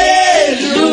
é um é um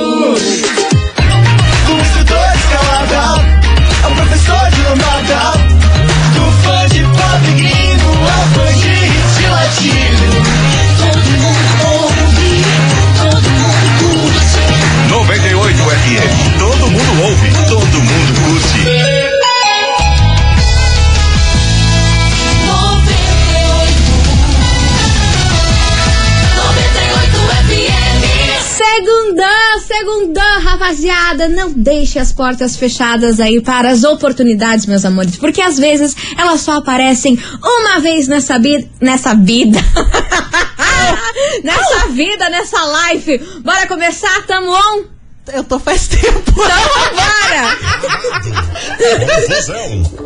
rapaziada, não deixe as portas fechadas aí para as oportunidades, meus amores, porque às vezes elas só aparecem uma vez nessa vida, nessa vida. nessa vida, nessa life. Bora começar, tamo on? Eu tô faz tempo. Então Confusão.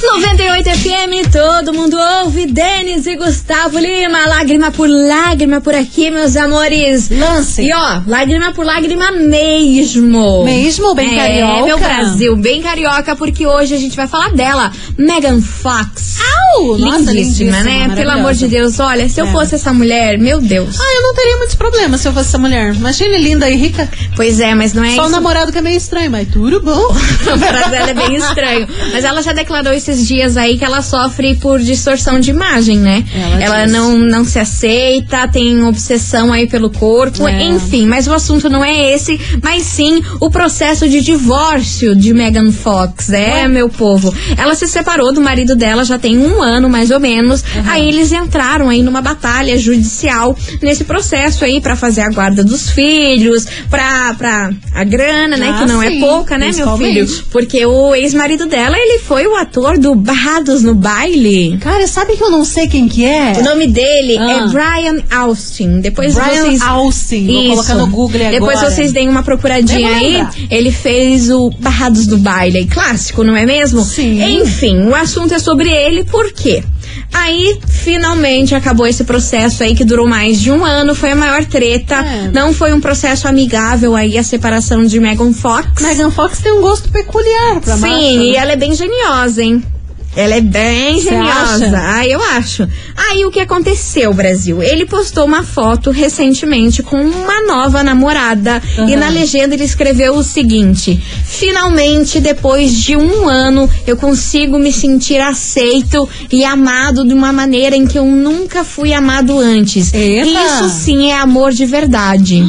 98 FM, todo mundo ouve. Denis e Gustavo Lima, lágrima por lágrima por aqui, meus amores. Lance. E ó, lágrima por lágrima mesmo. Mesmo? Bem é, carioca? meu Brasil, bem carioca, porque hoje a gente vai falar dela, Megan Fox. Au! Nossa, lindíssima, né? Pelo amor de maravilhosa. Deus, olha, se eu É. fosse essa mulher, meu Deus. Ah, eu não teria muitos problemas se eu fosse essa mulher. Imagine linda e rica. Pois é, mas não é Só o isso. namorado que é meio estranho, mas tudo bom. O frase dela é bem estranho. Mas ela já declarou esses dias aí que ela sofre por distorção de imagem, né? Ela diz. não, não se aceita, tem obsessão aí pelo corpo, É. enfim. Mas o assunto não é esse, mas sim o processo de divórcio de Megan Fox. É, meu povo. Ela se separou do marido dela já tem um ano, mais ou menos. Aí eles entraram aí numa batalha judicial nesse processo aí pra fazer a guarda dos filhos, pra, pra a grana, né? Ah, que não é sim, pouca, né, meu filho? principalmente. Porque o ex-marido dela, ele foi o ator do Barrados no Baile. Cara, sabe que eu não sei quem que é? O nome dele Ah. é Brian Austin. Depois Brian vocês... Austin. Vou colocar no Google agora. Depois vocês deem uma procuradinha Lembra? aí. Ele fez o Barrados do Baile, aí, clássico, não é mesmo? Sim. Enfim, o assunto é sobre ele, por quê? Aí, finalmente, acabou esse processo aí que durou mais de um ano. Foi a maior treta. É. Não foi um processo amigável aí a separação de Megan Fox. Megan Fox tem um gosto peculiar pra Sim, marcha, e né? ela é bem geniosa, hein? Ela é bem Cê geniosa. acha? Ah, eu acho. Aí o que aconteceu, Brasil? Ele postou uma foto recentemente com uma nova namorada. E Aham. na legenda ele escreveu o seguinte: Finalmente, depois de um ano, eu consigo me sentir aceito e amado de uma maneira em que eu nunca fui amado antes. Eita! Isso sim é amor de verdade.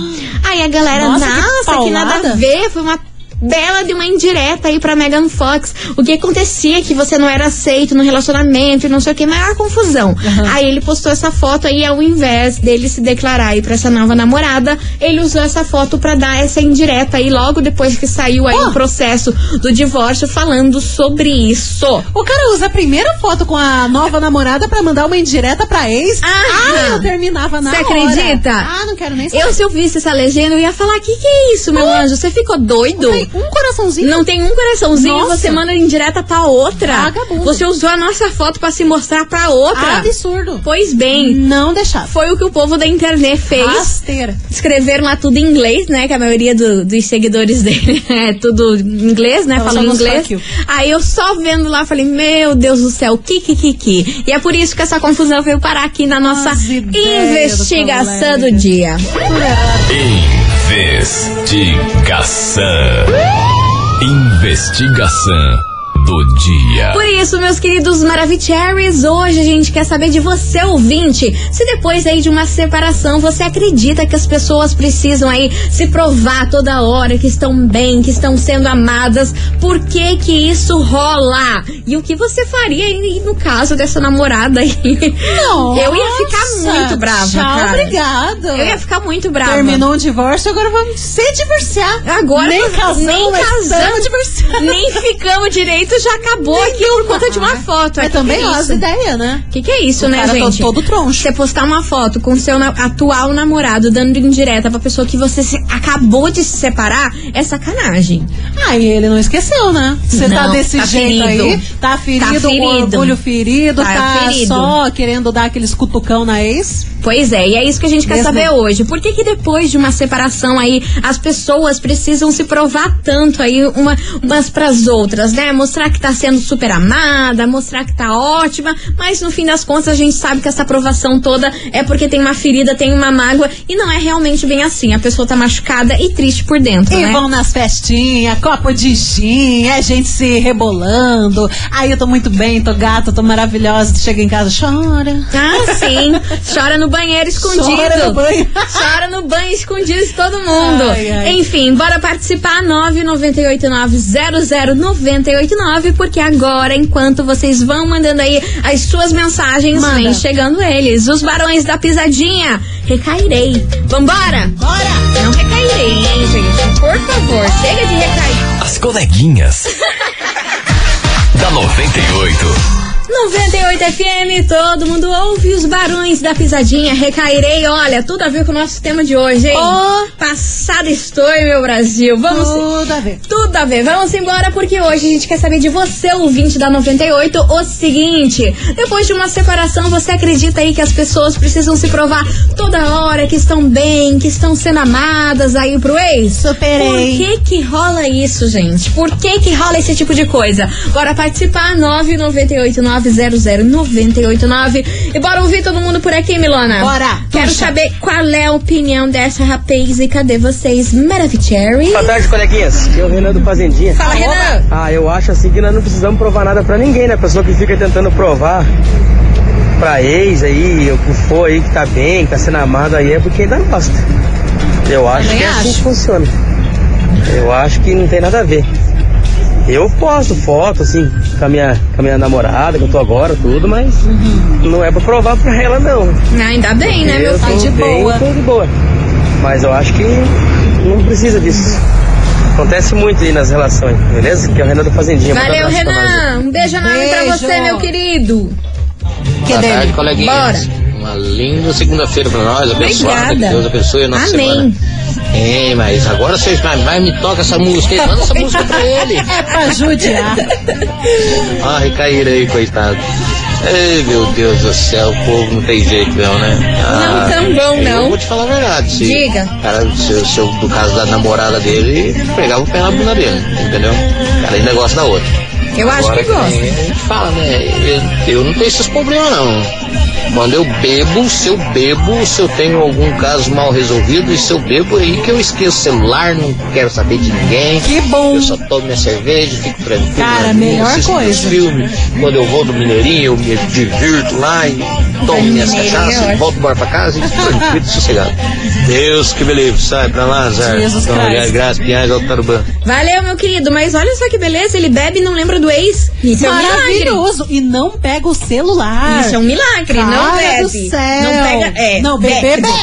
Aí a galera, Nossa, nossa, que que nada a paulada." ver, foi uma bela de uma indireta aí pra Megan Fox. O que acontecia é que você não era aceito no relacionamento, e não sei o que, maior confusão. Aí ele postou essa foto aí ao invés dele se declarar aí pra essa nova namorada, ele usou essa foto pra dar essa indireta aí logo depois que saiu aí Oh. o processo do divórcio falando sobre isso. O cara usa a primeira foto com a nova namorada pra mandar uma indireta pra ex. Aham. Ah, eu terminava na Cê hora. acredita? Ah, não quero nem saber. Eu, se eu visse essa legenda, eu ia falar: que que é isso, meu anjo? Você ficou doido? Mas tem um coraçãozinho. Não tem um coraçãozinho, Nossa. você manda indireta pra outra. Vagabundo. Você usou a nossa foto pra se mostrar pra outra. Absurdo. pois bem, Não deixava. foi o que o povo da internet fez. Rasteira. Escreveram lá tudo em inglês, né? Que a maioria do- dos seguidores dele é tudo em inglês, né? Ela só Falando mostrou inglês. aquilo. Aí eu só vendo lá, falei, meu Deus do céu, que que que que. E é por isso que essa confusão veio parar aqui na nossa As ideias do investigação do colega. dia. Investigação. Investigação do dia. Por isso, meus queridos Maravicheries, hoje a gente quer saber de você, ouvinte. Se depois aí de uma separação você acredita que as pessoas precisam aí se provar toda hora que estão bem, que estão sendo amadas, por que que isso rola? E o que você faria aí no caso dessa namorada aí? Eu ia ficar Nossa, muito brava, Tchau, cara. obrigada. Eu ia ficar muito brava. Terminou o divórcio, agora vamos se divorciar. Agora nem casamos, nem mas casamos, estamos divorciados. nem ficamos direito, já acabou Nem aqui por conta de uma foto. Mas Ai, que também que ó, é as isso? ideias, né? O que, que é isso, O né, cara tá gente? todo troncho. Você postar uma foto com seu na- atual namorado dando indireta pra pessoa que você se- acabou de se separar é sacanagem. Ah, e ele não esqueceu, né? Você tá Não, desse tá jeito ferido. aí, tá ferido, Tá com ferido. orgulho ferido, Tá tá, ferido. só querendo dar aqueles cutucão na ex. Pois é, e é isso que a gente quer Mesmo- saber hoje. Por que, que depois de uma separação aí, as pessoas precisam se provar tanto aí uma, umas pras outras, né? Mostrar que tá sendo super amada, mostrar que tá ótima, mas no fim das contas a gente sabe que essa aprovação toda é porque tem uma ferida, tem uma mágoa, e não é realmente bem assim. A pessoa tá machucada e triste por dentro, E né? vão nas festinhas, copo de gin, é gente se rebolando. Aí eu tô muito bem, tô gata, tô maravilhosa. Chega em casa, chora. Ah, sim. Chora no banheiro escondido. Chora no banho. Chora no banho escondido de todo mundo. Ai, ai. Enfim, bora participar 998900989 porque agora, enquanto vocês vão mandando aí as suas mensagens, Manda. vem chegando eles, os barões da pisadinha. Recairei. Vambora? Bora! Não recairei, hein, gente? Por favor, chega de recair. As coleguinhas. da 98. 98 FM, todo mundo ouve os barões da pisadinha. Recairei, olha, tudo a ver com o nosso tema de hoje, hein? Ô. Passado estou, meu Brasil. Vamos. Tudo a ver. Tudo a ver, vamos embora porque hoje a gente quer saber de você, ouvinte da 98, o seguinte: depois de uma separação, você acredita aí que as pessoas precisam se provar toda hora que estão bem, que estão sendo amadas aí pro ex? Superei. Por que que rola isso, gente? Por que que rola esse tipo de coisa? Bora participar, 998900989 e bora ouvir todo mundo por aqui, Milona. Bora. Quero Puxa. saber qual é a opinião dessa rapaz e cadê vocês, Maravicherry? Boa tarde, coleguinhas. Aqui é o Renan do Fazendinha. Fala, Renan. Ah, eu acho assim que nós não precisamos provar nada pra ninguém, né? A pessoa que fica tentando provar pra ex aí, o que for aí, que tá bem, que tá sendo amado aí, é porque ainda gosta. Eu acho Também que é assim acho. que funciona. Eu acho que não tem nada a ver. Eu posto foto, assim, com a minha, com a minha namorada, que eu tô agora, tudo, mas não é pra provar pra ela, não. Ah, ainda bem, né, meu Eu pai? tô de bem, boa. tô de boa. Mas eu acho que não precisa disso. Acontece muito aí nas relações, beleza? Que é o Renan do Fazendinha. tá Manda Valeu, abraço pra nós aí. Renan. Um beijo enorme pra Beijo. você, meu querido. Que Boa dele? tarde, coleguinhas. Uma linda segunda-feira pra nós, abençoada. Obrigada. Que Deus abençoe a nossa Amém. semana. Ei, mas agora vocês mais, mais me toca essa música, hein? manda essa música pra ele. É pra judiar. Ai, caíram aí, coitado. Ei, meu Deus do céu, o povo não tem jeito não, né? Não tão bom, não. Eu vou te falar a verdade. Se Diga. o Cara, se, eu- se eu, do caso da namorada dele, pegava o pé na bunda dele, entendeu? O cara ainda gosta da outra. Eu acho Agora que gosta. nem A gente fala, né? Eu, eu não tenho esses problemas, não. Quando eu bebo, se eu bebo, se eu tenho algum caso mal resolvido, e se eu bebo é aí que eu esqueço o celular, não quero saber de ninguém. Que bom. Eu só tomo minha cerveja, fico tranquilo. Cara, na minha, melhor assisto meus coisa. Filme. Quando eu vou do Mineirinho, eu me divirto lá e tomo minhas é Mineirinho, eu cachaças, acho. volto embora pra casa e fico tranquilo, sossegado. Deus que me livre, sai pra lá, Zé. Jesus Então, Cristo. Graças, Pinhais, Altarubã. Valeu, meu querido. Mas olha só que beleza. Ele bebe e não lembra do ex. Isso é um milagre. Maravilhoso. E não pega o celular. Isso é um milagre. não Cara bebe. do céu. Não pega. É, Não, bebê, bebe. bebe.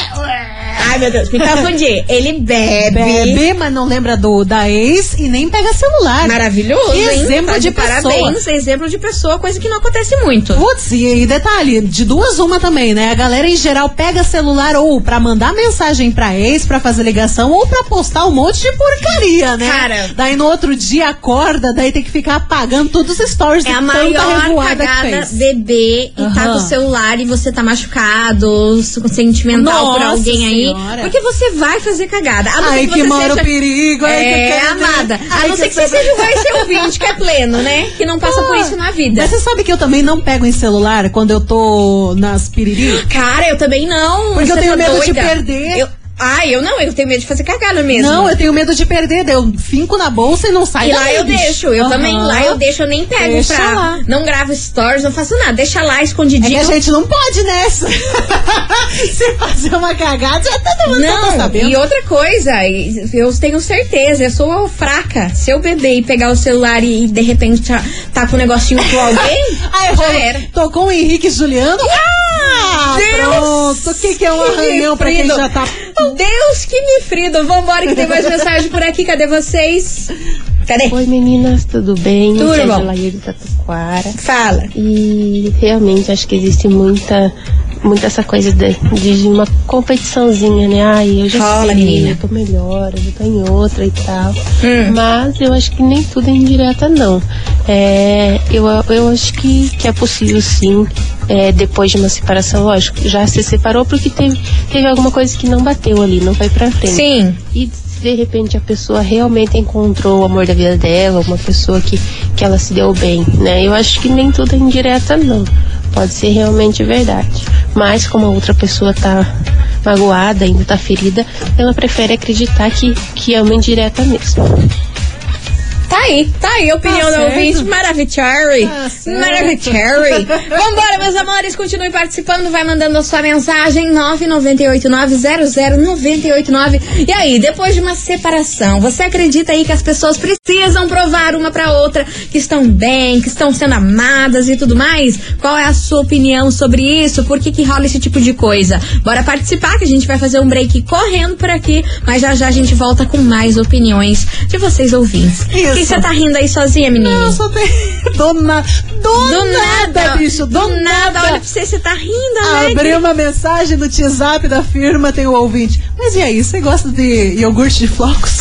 Ai, meu Deus, me confundi. Ele bebe. Bebe, mas não lembra do da ex e nem pega celular. Maravilhoso, Que hein? exemplo Tá de, pessoa. parabéns, exemplo de pessoa, coisa que não acontece muito. Putz, e, e detalhe, de duas uma também, né? A galera em geral pega celular ou pra mandar mensagem pra ex, pra fazer ligação ou pra postar um monte de porcaria, né? Cara. Daí no outro dia acorda, daí tem que ficar apagando todos os stories É de a tanta maior revoada que cagada fez. beber e tá Aham. com o celular e você tá machucado, su- sentimental por Nossa alguém Senhora. aí. Porque você vai fazer cagada. A não ser Ai, você que mora o seja- perigo, ai, que É, eu quero- amada. ai, a não que ser eu que você sou- seja um esse ouvinte que é pleno, né? Que não passa por isso na vida. Ah, Mas você sabe que eu também não pego em celular quando eu tô nas piriri? Cara, eu também não. Porque eu Você tenho tá medo de doida? perder. Eu... Ah, eu não, eu tenho medo de fazer cagada mesmo. Não, eu tenho medo de perder, daí eu finco na bolsa e não saio E lá dali, eu bicho. deixo, eu também Aham. lá eu deixo, eu nem pego Deixa pra. lá. Não gravo stories, não faço nada, deixa lá É que escondidinho. a gente não pode nessa. Se fazer uma cagada, já todo mundo já tá Não, sabendo. e outra coisa, e- eu tenho certeza, eu sou fraca. Se eu beber e pegar o celular e, e de repente tá, tá com um negocinho com alguém, Ai, já rolou. era. Tocou o Henrique e Juliano. Ah, Deus! pronto. O que, que é um arranhão pra quem frido. já tá... Deus que me frido. Vambora que tem mais mensagem por aqui. Cadê vocês? Cadê? Oi meninas, tudo bem? Tudo Aqui é a bom. Adelaide do Tatuquara. Fala. E realmente acho que existe muita, muita essa coisa de, de uma competiçãozinha, né? Ai, eu já Rola, sei, menina. Hum. eu tô melhor, eu já tô em outra e tal. Mas eu acho que nem tudo é indireta, não. É, eu, eu acho que, que é possível sim, é, depois de uma separação, lógico, já se separou porque teve, teve alguma coisa que não bateu ali, não foi pra frente Sim. e de repente a pessoa realmente encontrou o amor da vida dela, uma pessoa que, que ela se deu bem, né? Eu acho que nem tudo é indireta, não. Pode ser realmente verdade. Mas como a outra pessoa tá magoada, ainda tá ferida, ela prefere acreditar que, que é uma indireta mesmo. Tá aí, tá aí a opinião Tá da certo. ouvinte. Maravicherry. Tá certo. Maravicherry. Vambora, meus amores, continue participando, vai mandando a sua mensagem 998900989. E aí, depois de uma separação, você acredita aí que as pessoas precisam provar uma pra outra que estão bem, que estão sendo amadas e tudo mais? Qual é a sua opinião sobre isso? Por que que rola esse tipo de coisa? Bora participar que a gente vai fazer um break correndo por aqui, mas já já a gente volta com mais opiniões de vocês ouvintes. Isso. Por que você tá rindo aí sozinha, menina? Eu só tenho... Do, na... do, nada, Do nada, bicho. Do, nada. Olha pra você, você tá rindo, né? Abri uma mensagem no WhatsApp da firma, tem o ouvinte. Mas e aí, você gosta de iogurte de flocos?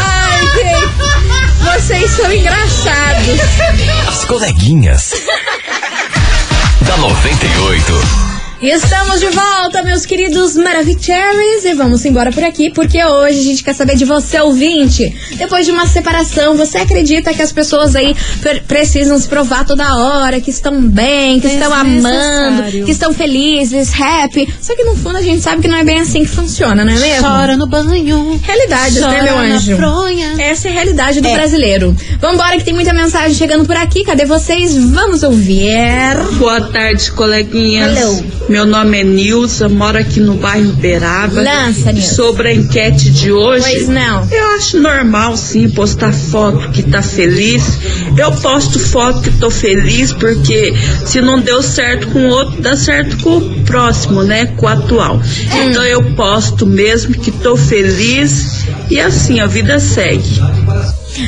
Ai, gente, vocês são engraçados. As coleguinhas. da 98. Estamos de volta, meus queridos Maravicheries, e vamos embora por aqui, porque hoje a gente quer saber de você, ouvinte. Depois de uma separação, você acredita que as pessoas aí per- precisam se provar toda hora, que estão bem, que estão amando, Desnecessário. que estão felizes, happy. Só que no fundo a gente sabe que não é bem assim que funciona, não é mesmo? Chora no banho. Realidade, né, Chora meu na anjo? fronha. Essa é a realidade do brasileiro. Vambora, que tem muita mensagem chegando por aqui. Cadê vocês? Vamos ouvir. Boa tarde, coleguinhas. Hello. Meu nome é Nilza, moro aqui no bairro Beraba. Lança, Nilza. Sobre a enquete de hoje. Pois não. Eu acho normal sim postar foto que tá feliz. Eu posto foto que tô feliz porque se não deu certo com o outro, dá certo com o próximo, né? Com o atual. É. Então eu posto mesmo que tô feliz e assim a vida segue.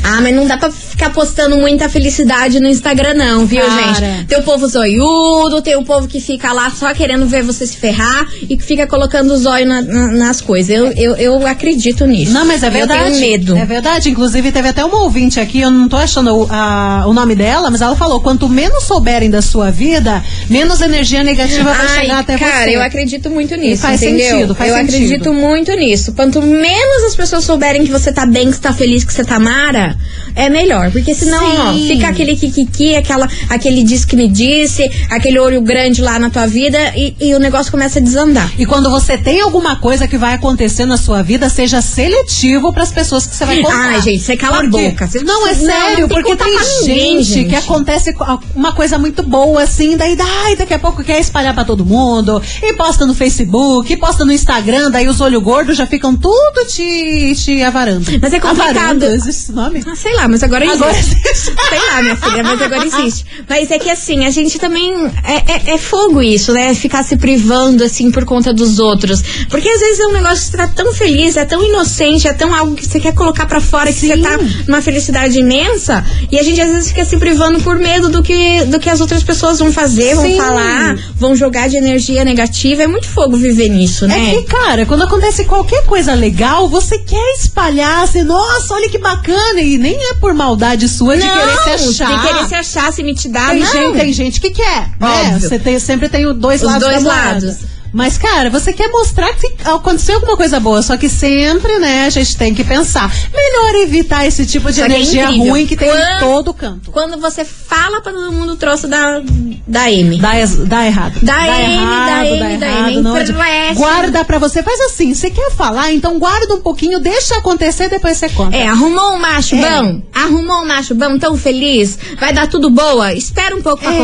Ah, mas não dá pra ficar postando muita felicidade no Instagram, não, viu, Para. gente? Tem o povo zoiudo, tem o povo que fica lá só querendo ver você se ferrar e que fica colocando o zóio na- na- nas coisas. Eu, eu, eu acredito nisso. Não, mas é verdade. Eu tenho medo. É verdade. Inclusive, teve até uma ouvinte aqui, eu não tô achando o- a- o nome dela, mas ela falou: quanto menos souberem da sua vida, menos energia negativa vai Ai, chegar até cara, você. eu acredito muito nisso, faz entendeu? sentido, faz eu sentido. acredito muito nisso. Quanto menos as pessoas souberem que você tá bem, que você tá feliz, que você tá mara, é melhor. Porque senão, ó, Sim. fica aquele kikiki, aquela, aquele diz que me disse, aquele olho grande lá na tua vida e, e o negócio começa a desandar. E quando você tem alguma coisa que vai acontecer na sua vida, seja seletivo pras pessoas que você vai contar. Ai, gente, você cala a Por quê? boca. Você- não, é não, sério, não tem que porque contar tem pra gente, ninguém, gente. que acontece co- uma coisa muito boa assim, daí ai, daqui a pouco quer espalhar pra todo mundo, e posta no Facebook, e posta no Instagram, daí os olhos gordos já ficam tudo te, te avarando. Mas é complicado. Avarando, existe esse nome? nome? Ah, sei lá, mas agora existe. Agora sei lá, minha filha, mas agora existe. Mas é que assim, a gente também. É, é- é fogo isso, né? Ficar se privando, assim, por conta dos outros. Porque às vezes é um negócio que você tá tão feliz, é tão inocente, é tão algo que você quer colocar pra fora, que você tá numa felicidade imensa. E a gente às vezes fica se privando por medo do que, do que as outras pessoas vão fazer, vão Sim. falar, vão jogar de energia negativa. É muito fogo viver nisso, né? É que, cara, quando acontece qualquer coisa legal, você quer espalhar, assim, nossa, olha que bacana. E nem é por maldade sua de querer se achar. De querer se achar, se mitidar, tem, não. gente, tem gente que quer. Né? Óbvio. Você tem- sempre tem o dois Os lados dois da moeda. lados. Mas, cara, você quer mostrar que aconteceu alguma coisa boa, só que sempre, né, a gente tem que pensar. Melhor evitar esse tipo de Só que é energia incrível. ruim que tem Quando- em todo canto. Quando você fala pra todo mundo o troço da, da M. Dá, es- dá errado. Dá M, dá M, dá M, não adianta. influência. Guarda pra você. Faz assim, você quer falar, então guarda um pouquinho, deixa acontecer, depois você conta. É, arrumou um macho É. bom? Arrumou um macho bom tão feliz? Vai dar tudo boa? Espera um pouco pra É,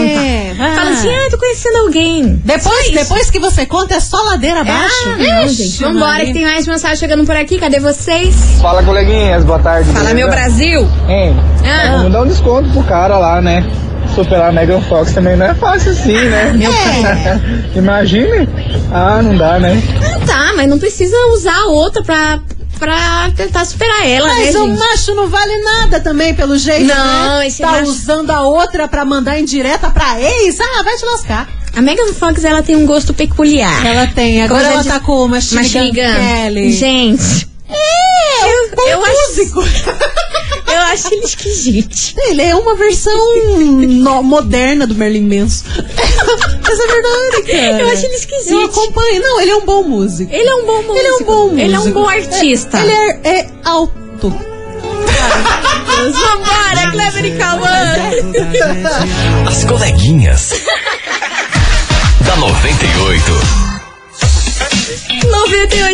contar. vai. Fala assim, ah, eu tô conhecendo alguém. Depois, depois que você conta, é só ladeira abaixo. Ah, não, Ixi, gente. Vambora, Maria. que tem mais mensagem chegando por aqui. Cadê vocês? Fala, coleguinhas, boa tarde. Fala, meu Brasil. Hein? Ah, Vamos dar um desconto pro cara lá, né? Superar a Megan Fox também não é fácil assim, né? É, Imagine. Ah, não dá, né? não tá, mas não precisa usar a outra pra, pra tentar superar ela, né, Mas o gente? macho não vale nada também, pelo jeito, Não, né? esse tá macho- usando a outra pra mandar indireta pra ex? Ah, vai te lascar. A Megan Fox, ela tem um gosto peculiar. Ela tem. Agora Coisa ela de- tá com uma Machine Gun. Kelly. Gente. É, eu um músico. Eu acho ele esquisito. Ele é uma versão no- moderna do Merlin Manson. Mas é verdade, cara. Eu acho ele esquisito. Eu acompanho. Não, ele é um bom músico. Ele é um bom músico. Ele é um bom músico. Ele é um bom artista. Ele é, um é alto. Vambora, Kleber é, e Cauã. As coleguinhas. da 98. é.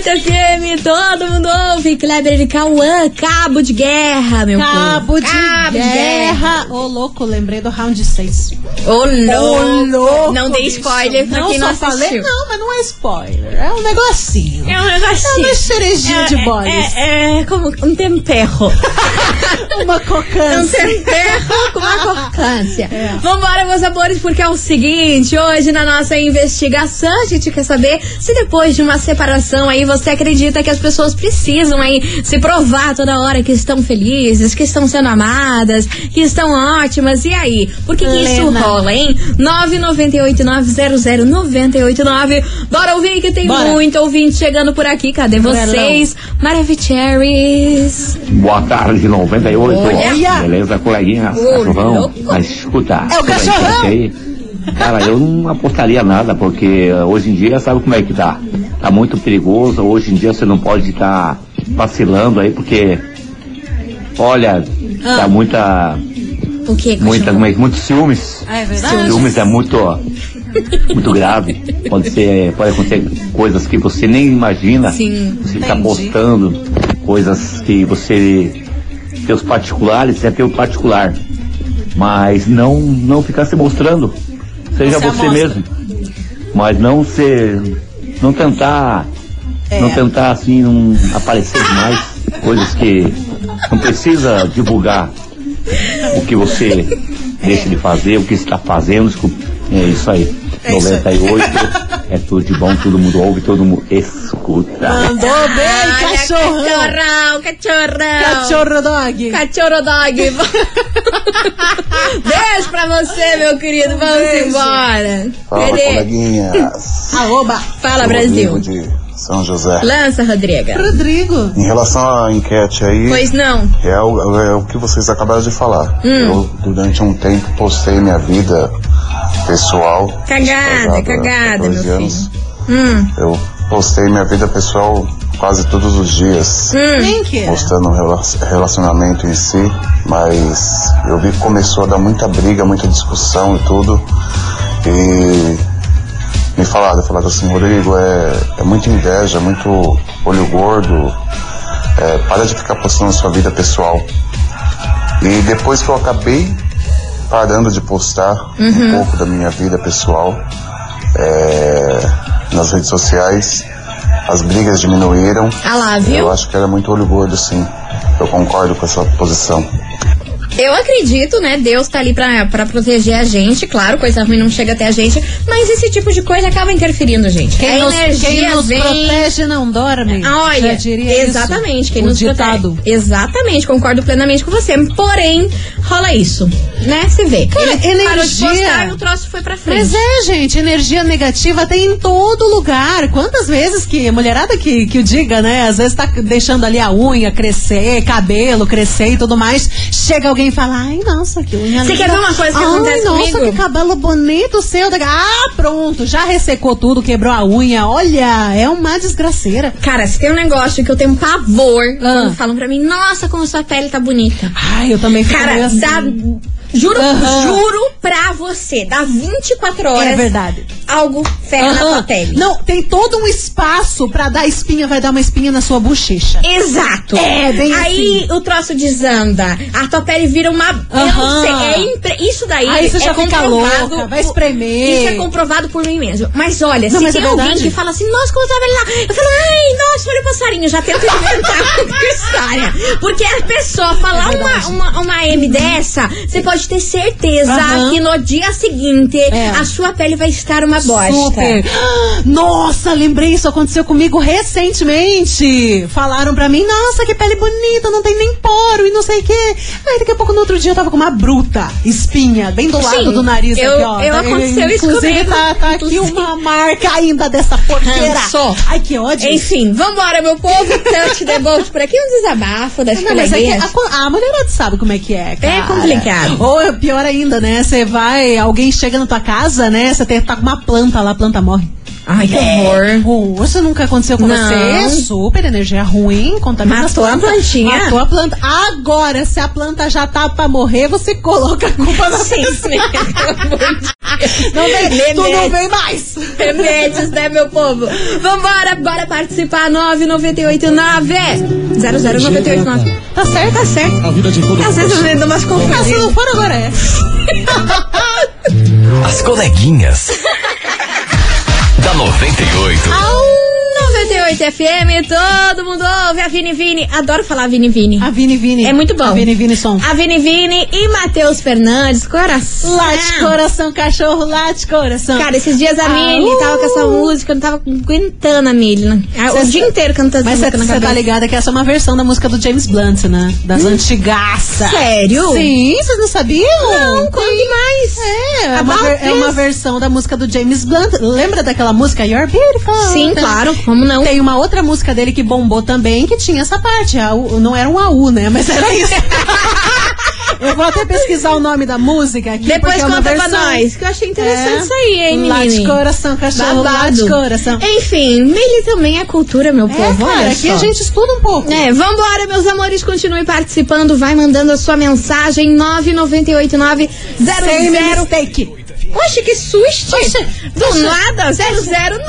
98 FM, todo mundo ouve. Kleber e Cauã, cabo de guerra, meu Cabo povo. de guerra. Ô, louco, lembrei do round 6. Ô, Ô, louco. louco, Não dei bicho. spoiler pra quem não só assistiu. falei, não, mas não é spoiler. É um negocinho. É um negocinho. É uma cerejinha de bolis. é, é, é como um temperro. Uma um cocância. temperro com uma crocância. É. Vambora, meus amores, porque é o seguinte: hoje na nossa investigação a gente quer saber se depois de uma separação aí você acredita que as pessoas precisam aí se provar toda hora que estão felizes, que estão sendo amadas, que estão ótimas. E aí? Por que, que isso Lena. rola, hein? 998900989. Bora ouvir que tem Bora. muito ouvinte chegando por aqui. Cadê vocês? Maravicheries. Boa tarde, 98. Olha. Beleza, coleguinha? Ô, Cachorrão? louco. Mas escuta. É o cachorrão. Aí, cara, eu não apostaria nada, porque eh, hoje em dia sabe como é que tá. Tá muito perigoso. Hoje em dia você não pode estar vacilando aí, porque. Olha, tá muita. O que? muita como é que- muitos ciúmes. Ah, é verdade. Ciúmes é muito. Muito grave. Pode, ser, pode acontecer coisas que você nem imagina. Sim. Você está Entendi. postando coisas que você. Seus particulares é teu particular. Mas não, não ficar se mostrando. Seja Você você amostra. mesmo. Mas não ser. Não tentar. Não tentar assim, não aparecer demais. Coisas que não precisa divulgar o que você deixa de fazer, o que está fazendo. escu- É isso aí. 98 é tudo de bom, todo mundo ouve, todo mundo escuta. Mandou bem, Olha, cachorrão. Cachorrão, cachorrão! Cachorro dog. Cachorro dog! Beijo pra você, meu querido! Vamos Beijo. embora! Fala, Cadê? coleguinhas. Aoba. Fala, Eu Brasil! Rodrigo de São José. Lança, Rodriga! Rodrigo. Em relação à enquete aí, Pois não? é o, é o que vocês acabaram de Hum. falar. Eu, durante um tempo, postei minha vida pessoal. Cagada, casado há cagada, 14 Ah, meu anos. filho! Hum, Eu postei minha vida pessoal quase todos os dias. hum. Quem que é? Mostrando o rela- relacionamento em si, mas eu vi que começou a dar muita briga, muita discussão e tudo. E me falaram, falaram assim, Rodrigo, é, é muita inveja, muito olho gordo, é, para de ficar postando sua vida pessoal. E depois que eu acabei parando de postar um pouco da minha vida pessoal é, nas redes sociais, as brigas diminuíram. Ah lá, viu? Eu acho que era muito olho gordo, sim. Eu concordo com essa posição. Eu acredito, né? Deus tá ali pra, pra proteger a gente. Claro, coisa ruim não chega até a gente. Mas esse tipo de coisa acaba interferindo, gente. Quem, a nos, energia quem nos vem... protege não dorme. Ah, Olha, Já diria exatamente. isso. Quem O nos ditado. protege. Exatamente, concordo plenamente com você. Porém, rola isso, né? Você vê. Cara, Ele parou de energia. postar e o troço foi pra frente. Mas é, gente, energia negativa tem em todo lugar. Quantas vezes que a mulherada que, que o diga, né? Às vezes tá deixando ali a unha crescer, cabelo crescer e tudo mais. Chega alguém e fala: Ai, nossa, que unha Você linda. quer ver uma coisa que Ai, acontece nossa, comigo? que cabelo bonito seu. Ah, pronto, já ressecou tudo, quebrou a unha. Olha, é uma desgraceira. Cara, se tem um negócio que eu tenho pavor, Ah. quando falam pra mim, nossa, como sua pele tá bonita. Ai, eu também fico Cara, meio assim. dá. Juro, Aham. juro pra você, dá 24 horas. É verdade. Algo ferra na Aham. tua pele. Não, tem todo um espaço pra dar espinha, vai dar uma espinha na sua bochecha. Exato. É, bem Aí o troço desanda. A tua pele vira uma. Eu não Aham. sei. É impre- Isso daí Aí você é já fica comprovado. louca, vai por- espremer. Isso é comprovado por mim mesmo. Mas olha, Não, se mas tem é alguém verdade. que fala assim, nossa, como eu tava lá. Eu falo, ai, nossa, olha o passarinho. Já tento inventar uma história. Porque a pessoa É falar uma, uma, uma M dessa, você pode ter certeza Aham. É. que no dia seguinte a sua pele vai estar uma bosta. Super. Nossa, lembrei, isso aconteceu comigo recentemente. Falaram pra mim, nossa, que pele bonita, não tem nem poro e não sei o quê. Aí daqui a pouco, no outro dia, eu tava com uma bruta espinha, bem do lado Sim, do nariz eu- aqui, ó. Tá, eu- aconteceu isso Inclusive, comigo. tá, tá aqui Inclusive. uma marca ainda dessa porqueira. Rançou. Ai, que ódio. Enfim, vambora, meu povo. Então, te devolvo por aqui um desabafo das Não, mas é que coleguinhas. a, a mulherada sabe como é que é, cara. É complicado. Ou é pior ainda, né? Você vai, alguém chega na tua casa, né? Você tem- tá com uma planta lá, a planta morre. Ai, que horror. Oh, isso nunca aconteceu com É. Não. você? Super energia ruim, contaminação. Matou a plantinha. Matou a planta. Agora, se a planta já tá pra morrer, você coloca a culpa na Sim, pessoa. sim. Não vem, tu não Remédio. vem mais. Remédios, né, meu povo? Vambora, bora participar. é. 9989 00989. Tá certo, tá certo. A vida de todo Às vezes eu dou umas Ah, se não confusões. for, agora é. As coleguinhas. da 98. Ao 98 FM, todo mundo ouve. A Vini Vini. Adoro falar Vini Vini. A Vini Vini. É muito bom. A Vini Vini som. A Vini Vini e Matheus Fernandes. Coração. Late coração, cachorro, late coração. Ah, Cara, esses dias a Ah, Milly uh. tava com essa música, eu não tava aguentando a Milly. né? Ah, O Cê- dia inteiro cantando Mas essa música na você tá cabeça. Hum. ligada que essa é uma versão da música do James Blunt, né? Das antigaças. Sério? Sim, vocês não sabiam? Não, conte mais. É, é uma, About ver- é this. uma versão da música do James Blunt. Lembra daquela música You're Beautiful? Sim, claro, como não? Tem uma outra música dele que bombou também, que tinha essa parte. A U- não era um AU, né? Mas era isso. Eu vou até pesquisar o nome da música aqui. Depois porque é conta uma pra versão. nós, que eu achei interessante É. isso aí, hein, Lá de menino? coração, cachorro, lá de coração. Enfim, Milly também é cultura, meu É, povo. cara, olha aqui só. a gente estuda um pouco. É, vambora, meus amores, continue participando, vai mandando a sua mensagem 9989 Sem 00 mistake. Oxe, que susto! Oxe, Do oxe. nada,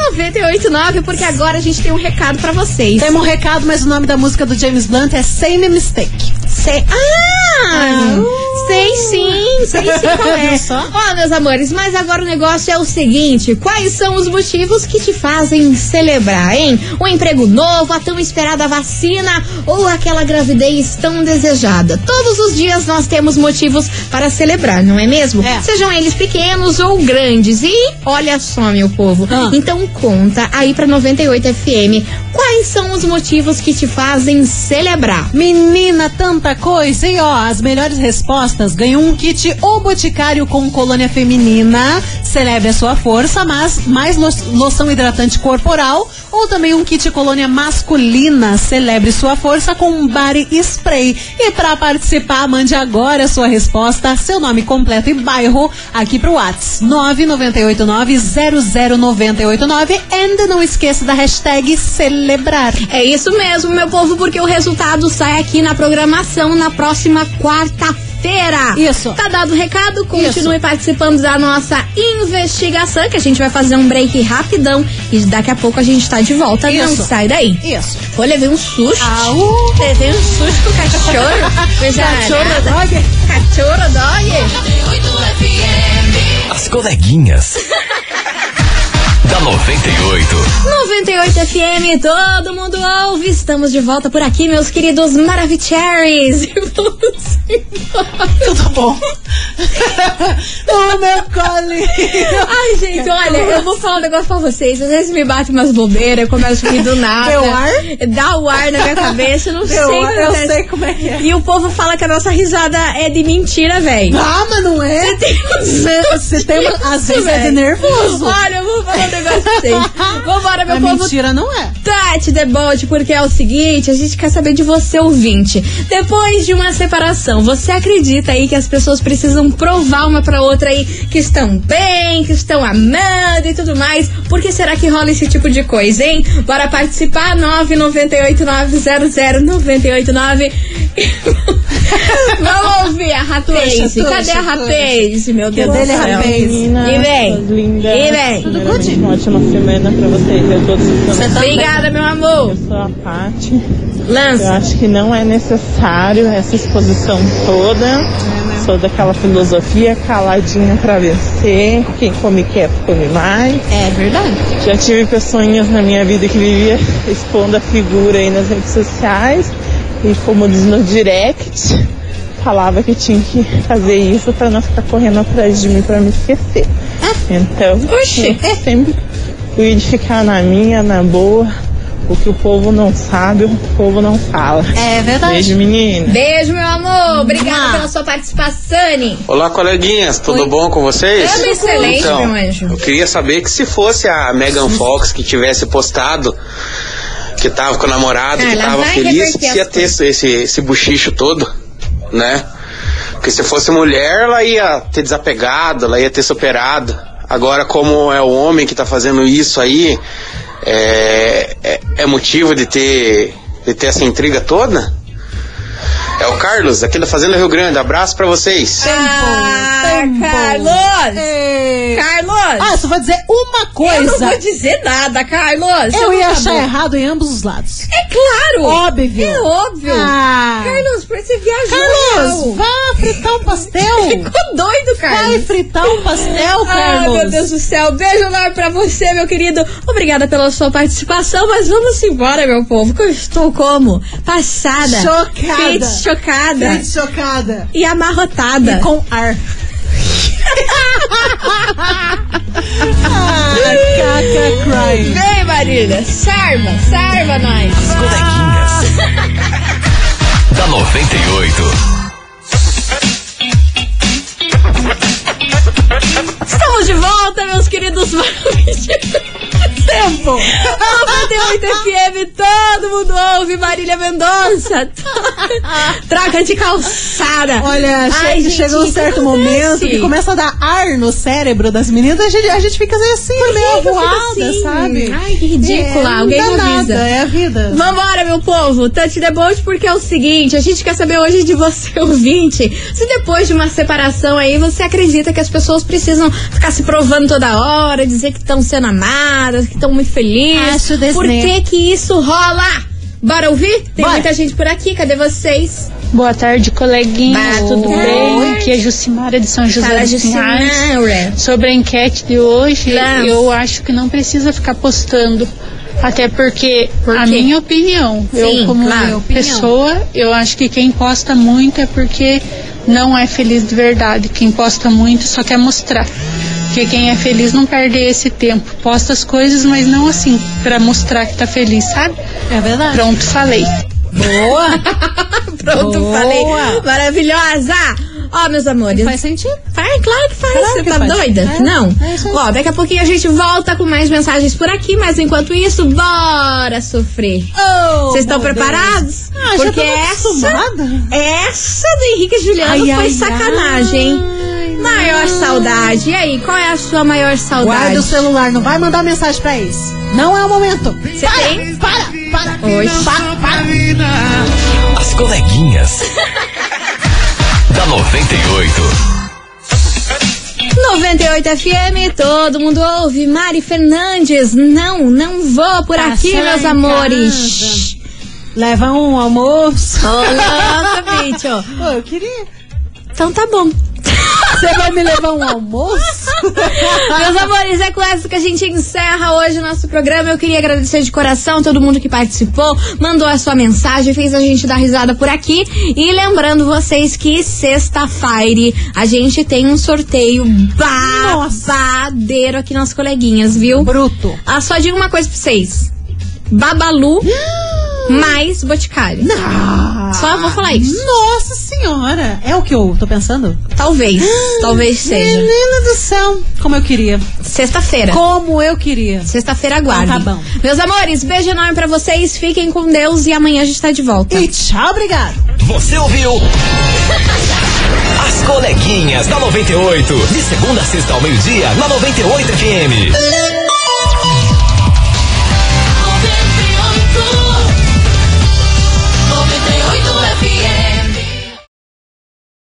00989, porque agora a gente tem um recado pra vocês. Temos um recado, mas o nome da música do James Blunt é Same Mistake. Sei. Ah! Sei sim, sei sim como é. Viu só? Ó, meus amores, mas agora o negócio é o seguinte: quais são os motivos que te fazem celebrar, hein? Um emprego novo, a tão esperada vacina ou aquela gravidez tão desejada? Todos os dias nós temos motivos para celebrar, não é mesmo? É. Sejam eles pequenos ou grandes. E olha só, meu povo. Ah. Então conta aí pra 98 FM quais são os motivos que te fazem celebrar. Menina, tanta coisa! E ó, as melhores respostas ganham um kit O Boticário com colônia feminina. Celebre a sua força, mas mais lo loção hidratante corporal. Ou também um kit colônia masculina. Celebre sua força com um body spray. E pra participar, mande agora a sua resposta, seu nome completo e bairro aqui pro WhatsApp 998900989. And não esqueça da hashtag celebrar. É isso mesmo, meu povo, porque o resultado sai aqui na programação na próxima quarta-feira. Isso. Tá dado o recado? Continue participando da nossa investigação, que a gente vai fazer um break rapidão e daqui a pouco a gente tá de volta. Não Isso. sai daí. Isso. Pô, levei um susto. Au. é. Levei um susto com o cachorro. Coisa Cachorro arada. dog. é Cachorro dói. As coleguinhas. da 98. 98 FM, todo mundo ouve. Estamos de volta por aqui, meus queridos Maravicheries. E vamos embora. Tudo bom. Ô, meu cole. Ai, gente, olha, eu vou falar um negócio pra vocês. Às vezes me bate umas bobeiras, eu começo a rir do nada. Deu ar? Dá o ar na minha cabeça, eu não Deu sei. o ar, que eu acontece. sei como é que é. E o povo fala que a nossa risada é de mentira, velho. Ah, mas não é? Você tem um Você- você tem uma- às vezes é de nervoso. Olha, eu vou falar um negócio pra vocês. Vambora, meu Mas povo. mentira não é. Tati Debote, porque é o seguinte, a gente quer saber de você, ouvinte. Depois de uma separação, você acredita aí que as pessoas precisam provar uma pra outra aí que estão bem, que estão amando e tudo mais? Por que será que rola esse tipo de coisa, hein? Bora participar, 998900989. Vamos ouvir a rapaz. Tuxa, Cadê a tuxa, rapaz, meu Que Deus do dele é céu? rapaz. E vem. Linda. E vem. Tudo good? Uma ótima semana pra vocês. Eu tô escutando. Obrigada, meu amor. Eu sou a Paty. Lança. Eu acho que não é necessário essa exposição É, toda. né? Sou daquela filosofia caladinha pra vencer. Quem come quieto come mais. É verdade. Já tive pessoinhas na minha vida que vivia expondo a figura aí nas redes sociais. E como diz no direct, falava que tinha que fazer isso pra não ficar correndo atrás de mim pra me esquecer. Então, Oxi. eu sempre fui de ficar na minha, na boa. O que o povo não sabe, o povo não fala. É Tá. verdade. Beijo, menina. Beijo, meu amor. Obrigada pela sua participação. Olá, coleguinhas, tudo bom com vocês? Então, Tudo excelente, meu anjo. Eu queria saber que se fosse a Megan Fox que tivesse postado que tava com o namorado, Ah, que lá tava vai feliz, reverter se ia as ter esse, esse, esse buchicho todo, né? Porque se fosse mulher, ela ia ter desapegado, ela ia ter superado. Agora, como é o homem que tá fazendo isso aí, é, é, é motivo de ter, de ter essa intriga toda? É o Carlos, aqui da Fazenda Rio Grande. Abraço pra vocês. Ah, Carlos! É. Carlos! Ah, eu só vou dizer uma coisa. Eu não vou dizer nada, Carlos! Eu Então ia tá achar bom. errado em ambos os lados. É claro! Óbvio. É óbvio! Ah. Carlos, por que você viajou? Carlos, não. vá fritar um pastel. Ficou doido, Carlos! Vai fritar um pastel, Carlos. Ai, meu Deus do céu. Beijo enorme pra você, meu querido. Obrigada pela sua participação, mas vamos embora, meu povo. Que eu estou como? Passada. Chocada. Fit chocada. Gente chocada. E amarrotada. E com ar. ah, caca crying. Vem, Marília. Sarva, sarva nós. As Da 98. Estamos de volta, meus queridos maravilhosos. Tempo! 98 FM, todo mundo ouve Marília Mendonça. Troca de calçada. Olha, che- Ai, gente, chega o um que é certo momento acontece? que começa a dar ar no cérebro das meninas, a gente, a gente fica assim, meio que eu fico arruada, assim? sabe? Ai, que ridícula. É, Alguém não me dá avisa. nada, é a vida. Vambora, meu povo! Touch the boat, porque é o seguinte: a gente quer saber hoje de você, ouvinte, se depois de uma separação aí você acredita que as pessoas precisam ficar se provando toda hora, dizer que estão sendo amadas, que estão muito felizes. Acho desneio. Por que que isso rola? Bora ouvir? Tem Bora. muita gente por aqui, cadê vocês? Boa tarde, coleguinha. Bah, Tudo boa bem? tarde. Aqui é Jucimara de São José Fala, dos Pinhais. Jucimara. Sobre a enquete de hoje, Lança. eu acho que não precisa ficar postando. Até porque, Por a quê? minha opinião, Sim, eu como claro. pessoa, eu acho que quem posta muito é porque não é feliz de verdade. Quem posta muito só quer mostrar. Porque quem é feliz não perde esse tempo. Posta as coisas, mas não assim, pra mostrar que tá feliz, sabe? É verdade. Pronto, falei. Boa! Pronto, Boa. falei. Maravilhosa! Ó, meus amores. Faz sentido? Faz, claro que faz. Claro Você que tá faz. doida? É, Não. é isso aí. Ó, daqui a pouquinho a gente volta com mais mensagens por aqui, mas enquanto isso, bora sofrer. Oh, Vocês estão meu Deus. preparados? Ah, já Porque tava essa, acostumada. essa do Henrique e Juliano Ai, foi ai, sacanagem, hein? Maior saudade. E aí, qual é a sua maior saudade? Guarda o celular, não vai mandar mensagem pra eles. Não é o momento. Você para, tem? para, para, Oxe. para, para. As coleguinhas. da 98. 98 FM, todo mundo ouve. Mari Fernandes, não, não vou por aqui, Passar meus em amores. Tá Leva um almoço. Ô, louca, bicho. Pô, eu queria. Então tá bom. Você vai me levar um almoço? Meus amores, é com essa que a gente encerra hoje o nosso programa. Eu queria agradecer de coração todo mundo que participou, mandou a sua mensagem, fez a gente dar risada por aqui. E lembrando vocês que sexta-feira a gente tem um sorteio babadeiro aqui nas coleguinhas, viu? Bruto. Ah, só digo uma coisa pra vocês. Babalu mais Boticário. Não. Só vou falar isso. Nossa senhora! É o que eu tô pensando? Talvez. talvez seja. Menina do céu! Como eu queria. Sexta-feira. Como eu queria. Sexta-feira aguarde. Então tá bom. Meus amores, beijo enorme pra vocês. Fiquem com Deus e amanhã a gente tá de volta. E tchau, obrigado. Você ouviu? As coleguinhas da 98. De segunda a sexta ao meio-dia, na 98 FM.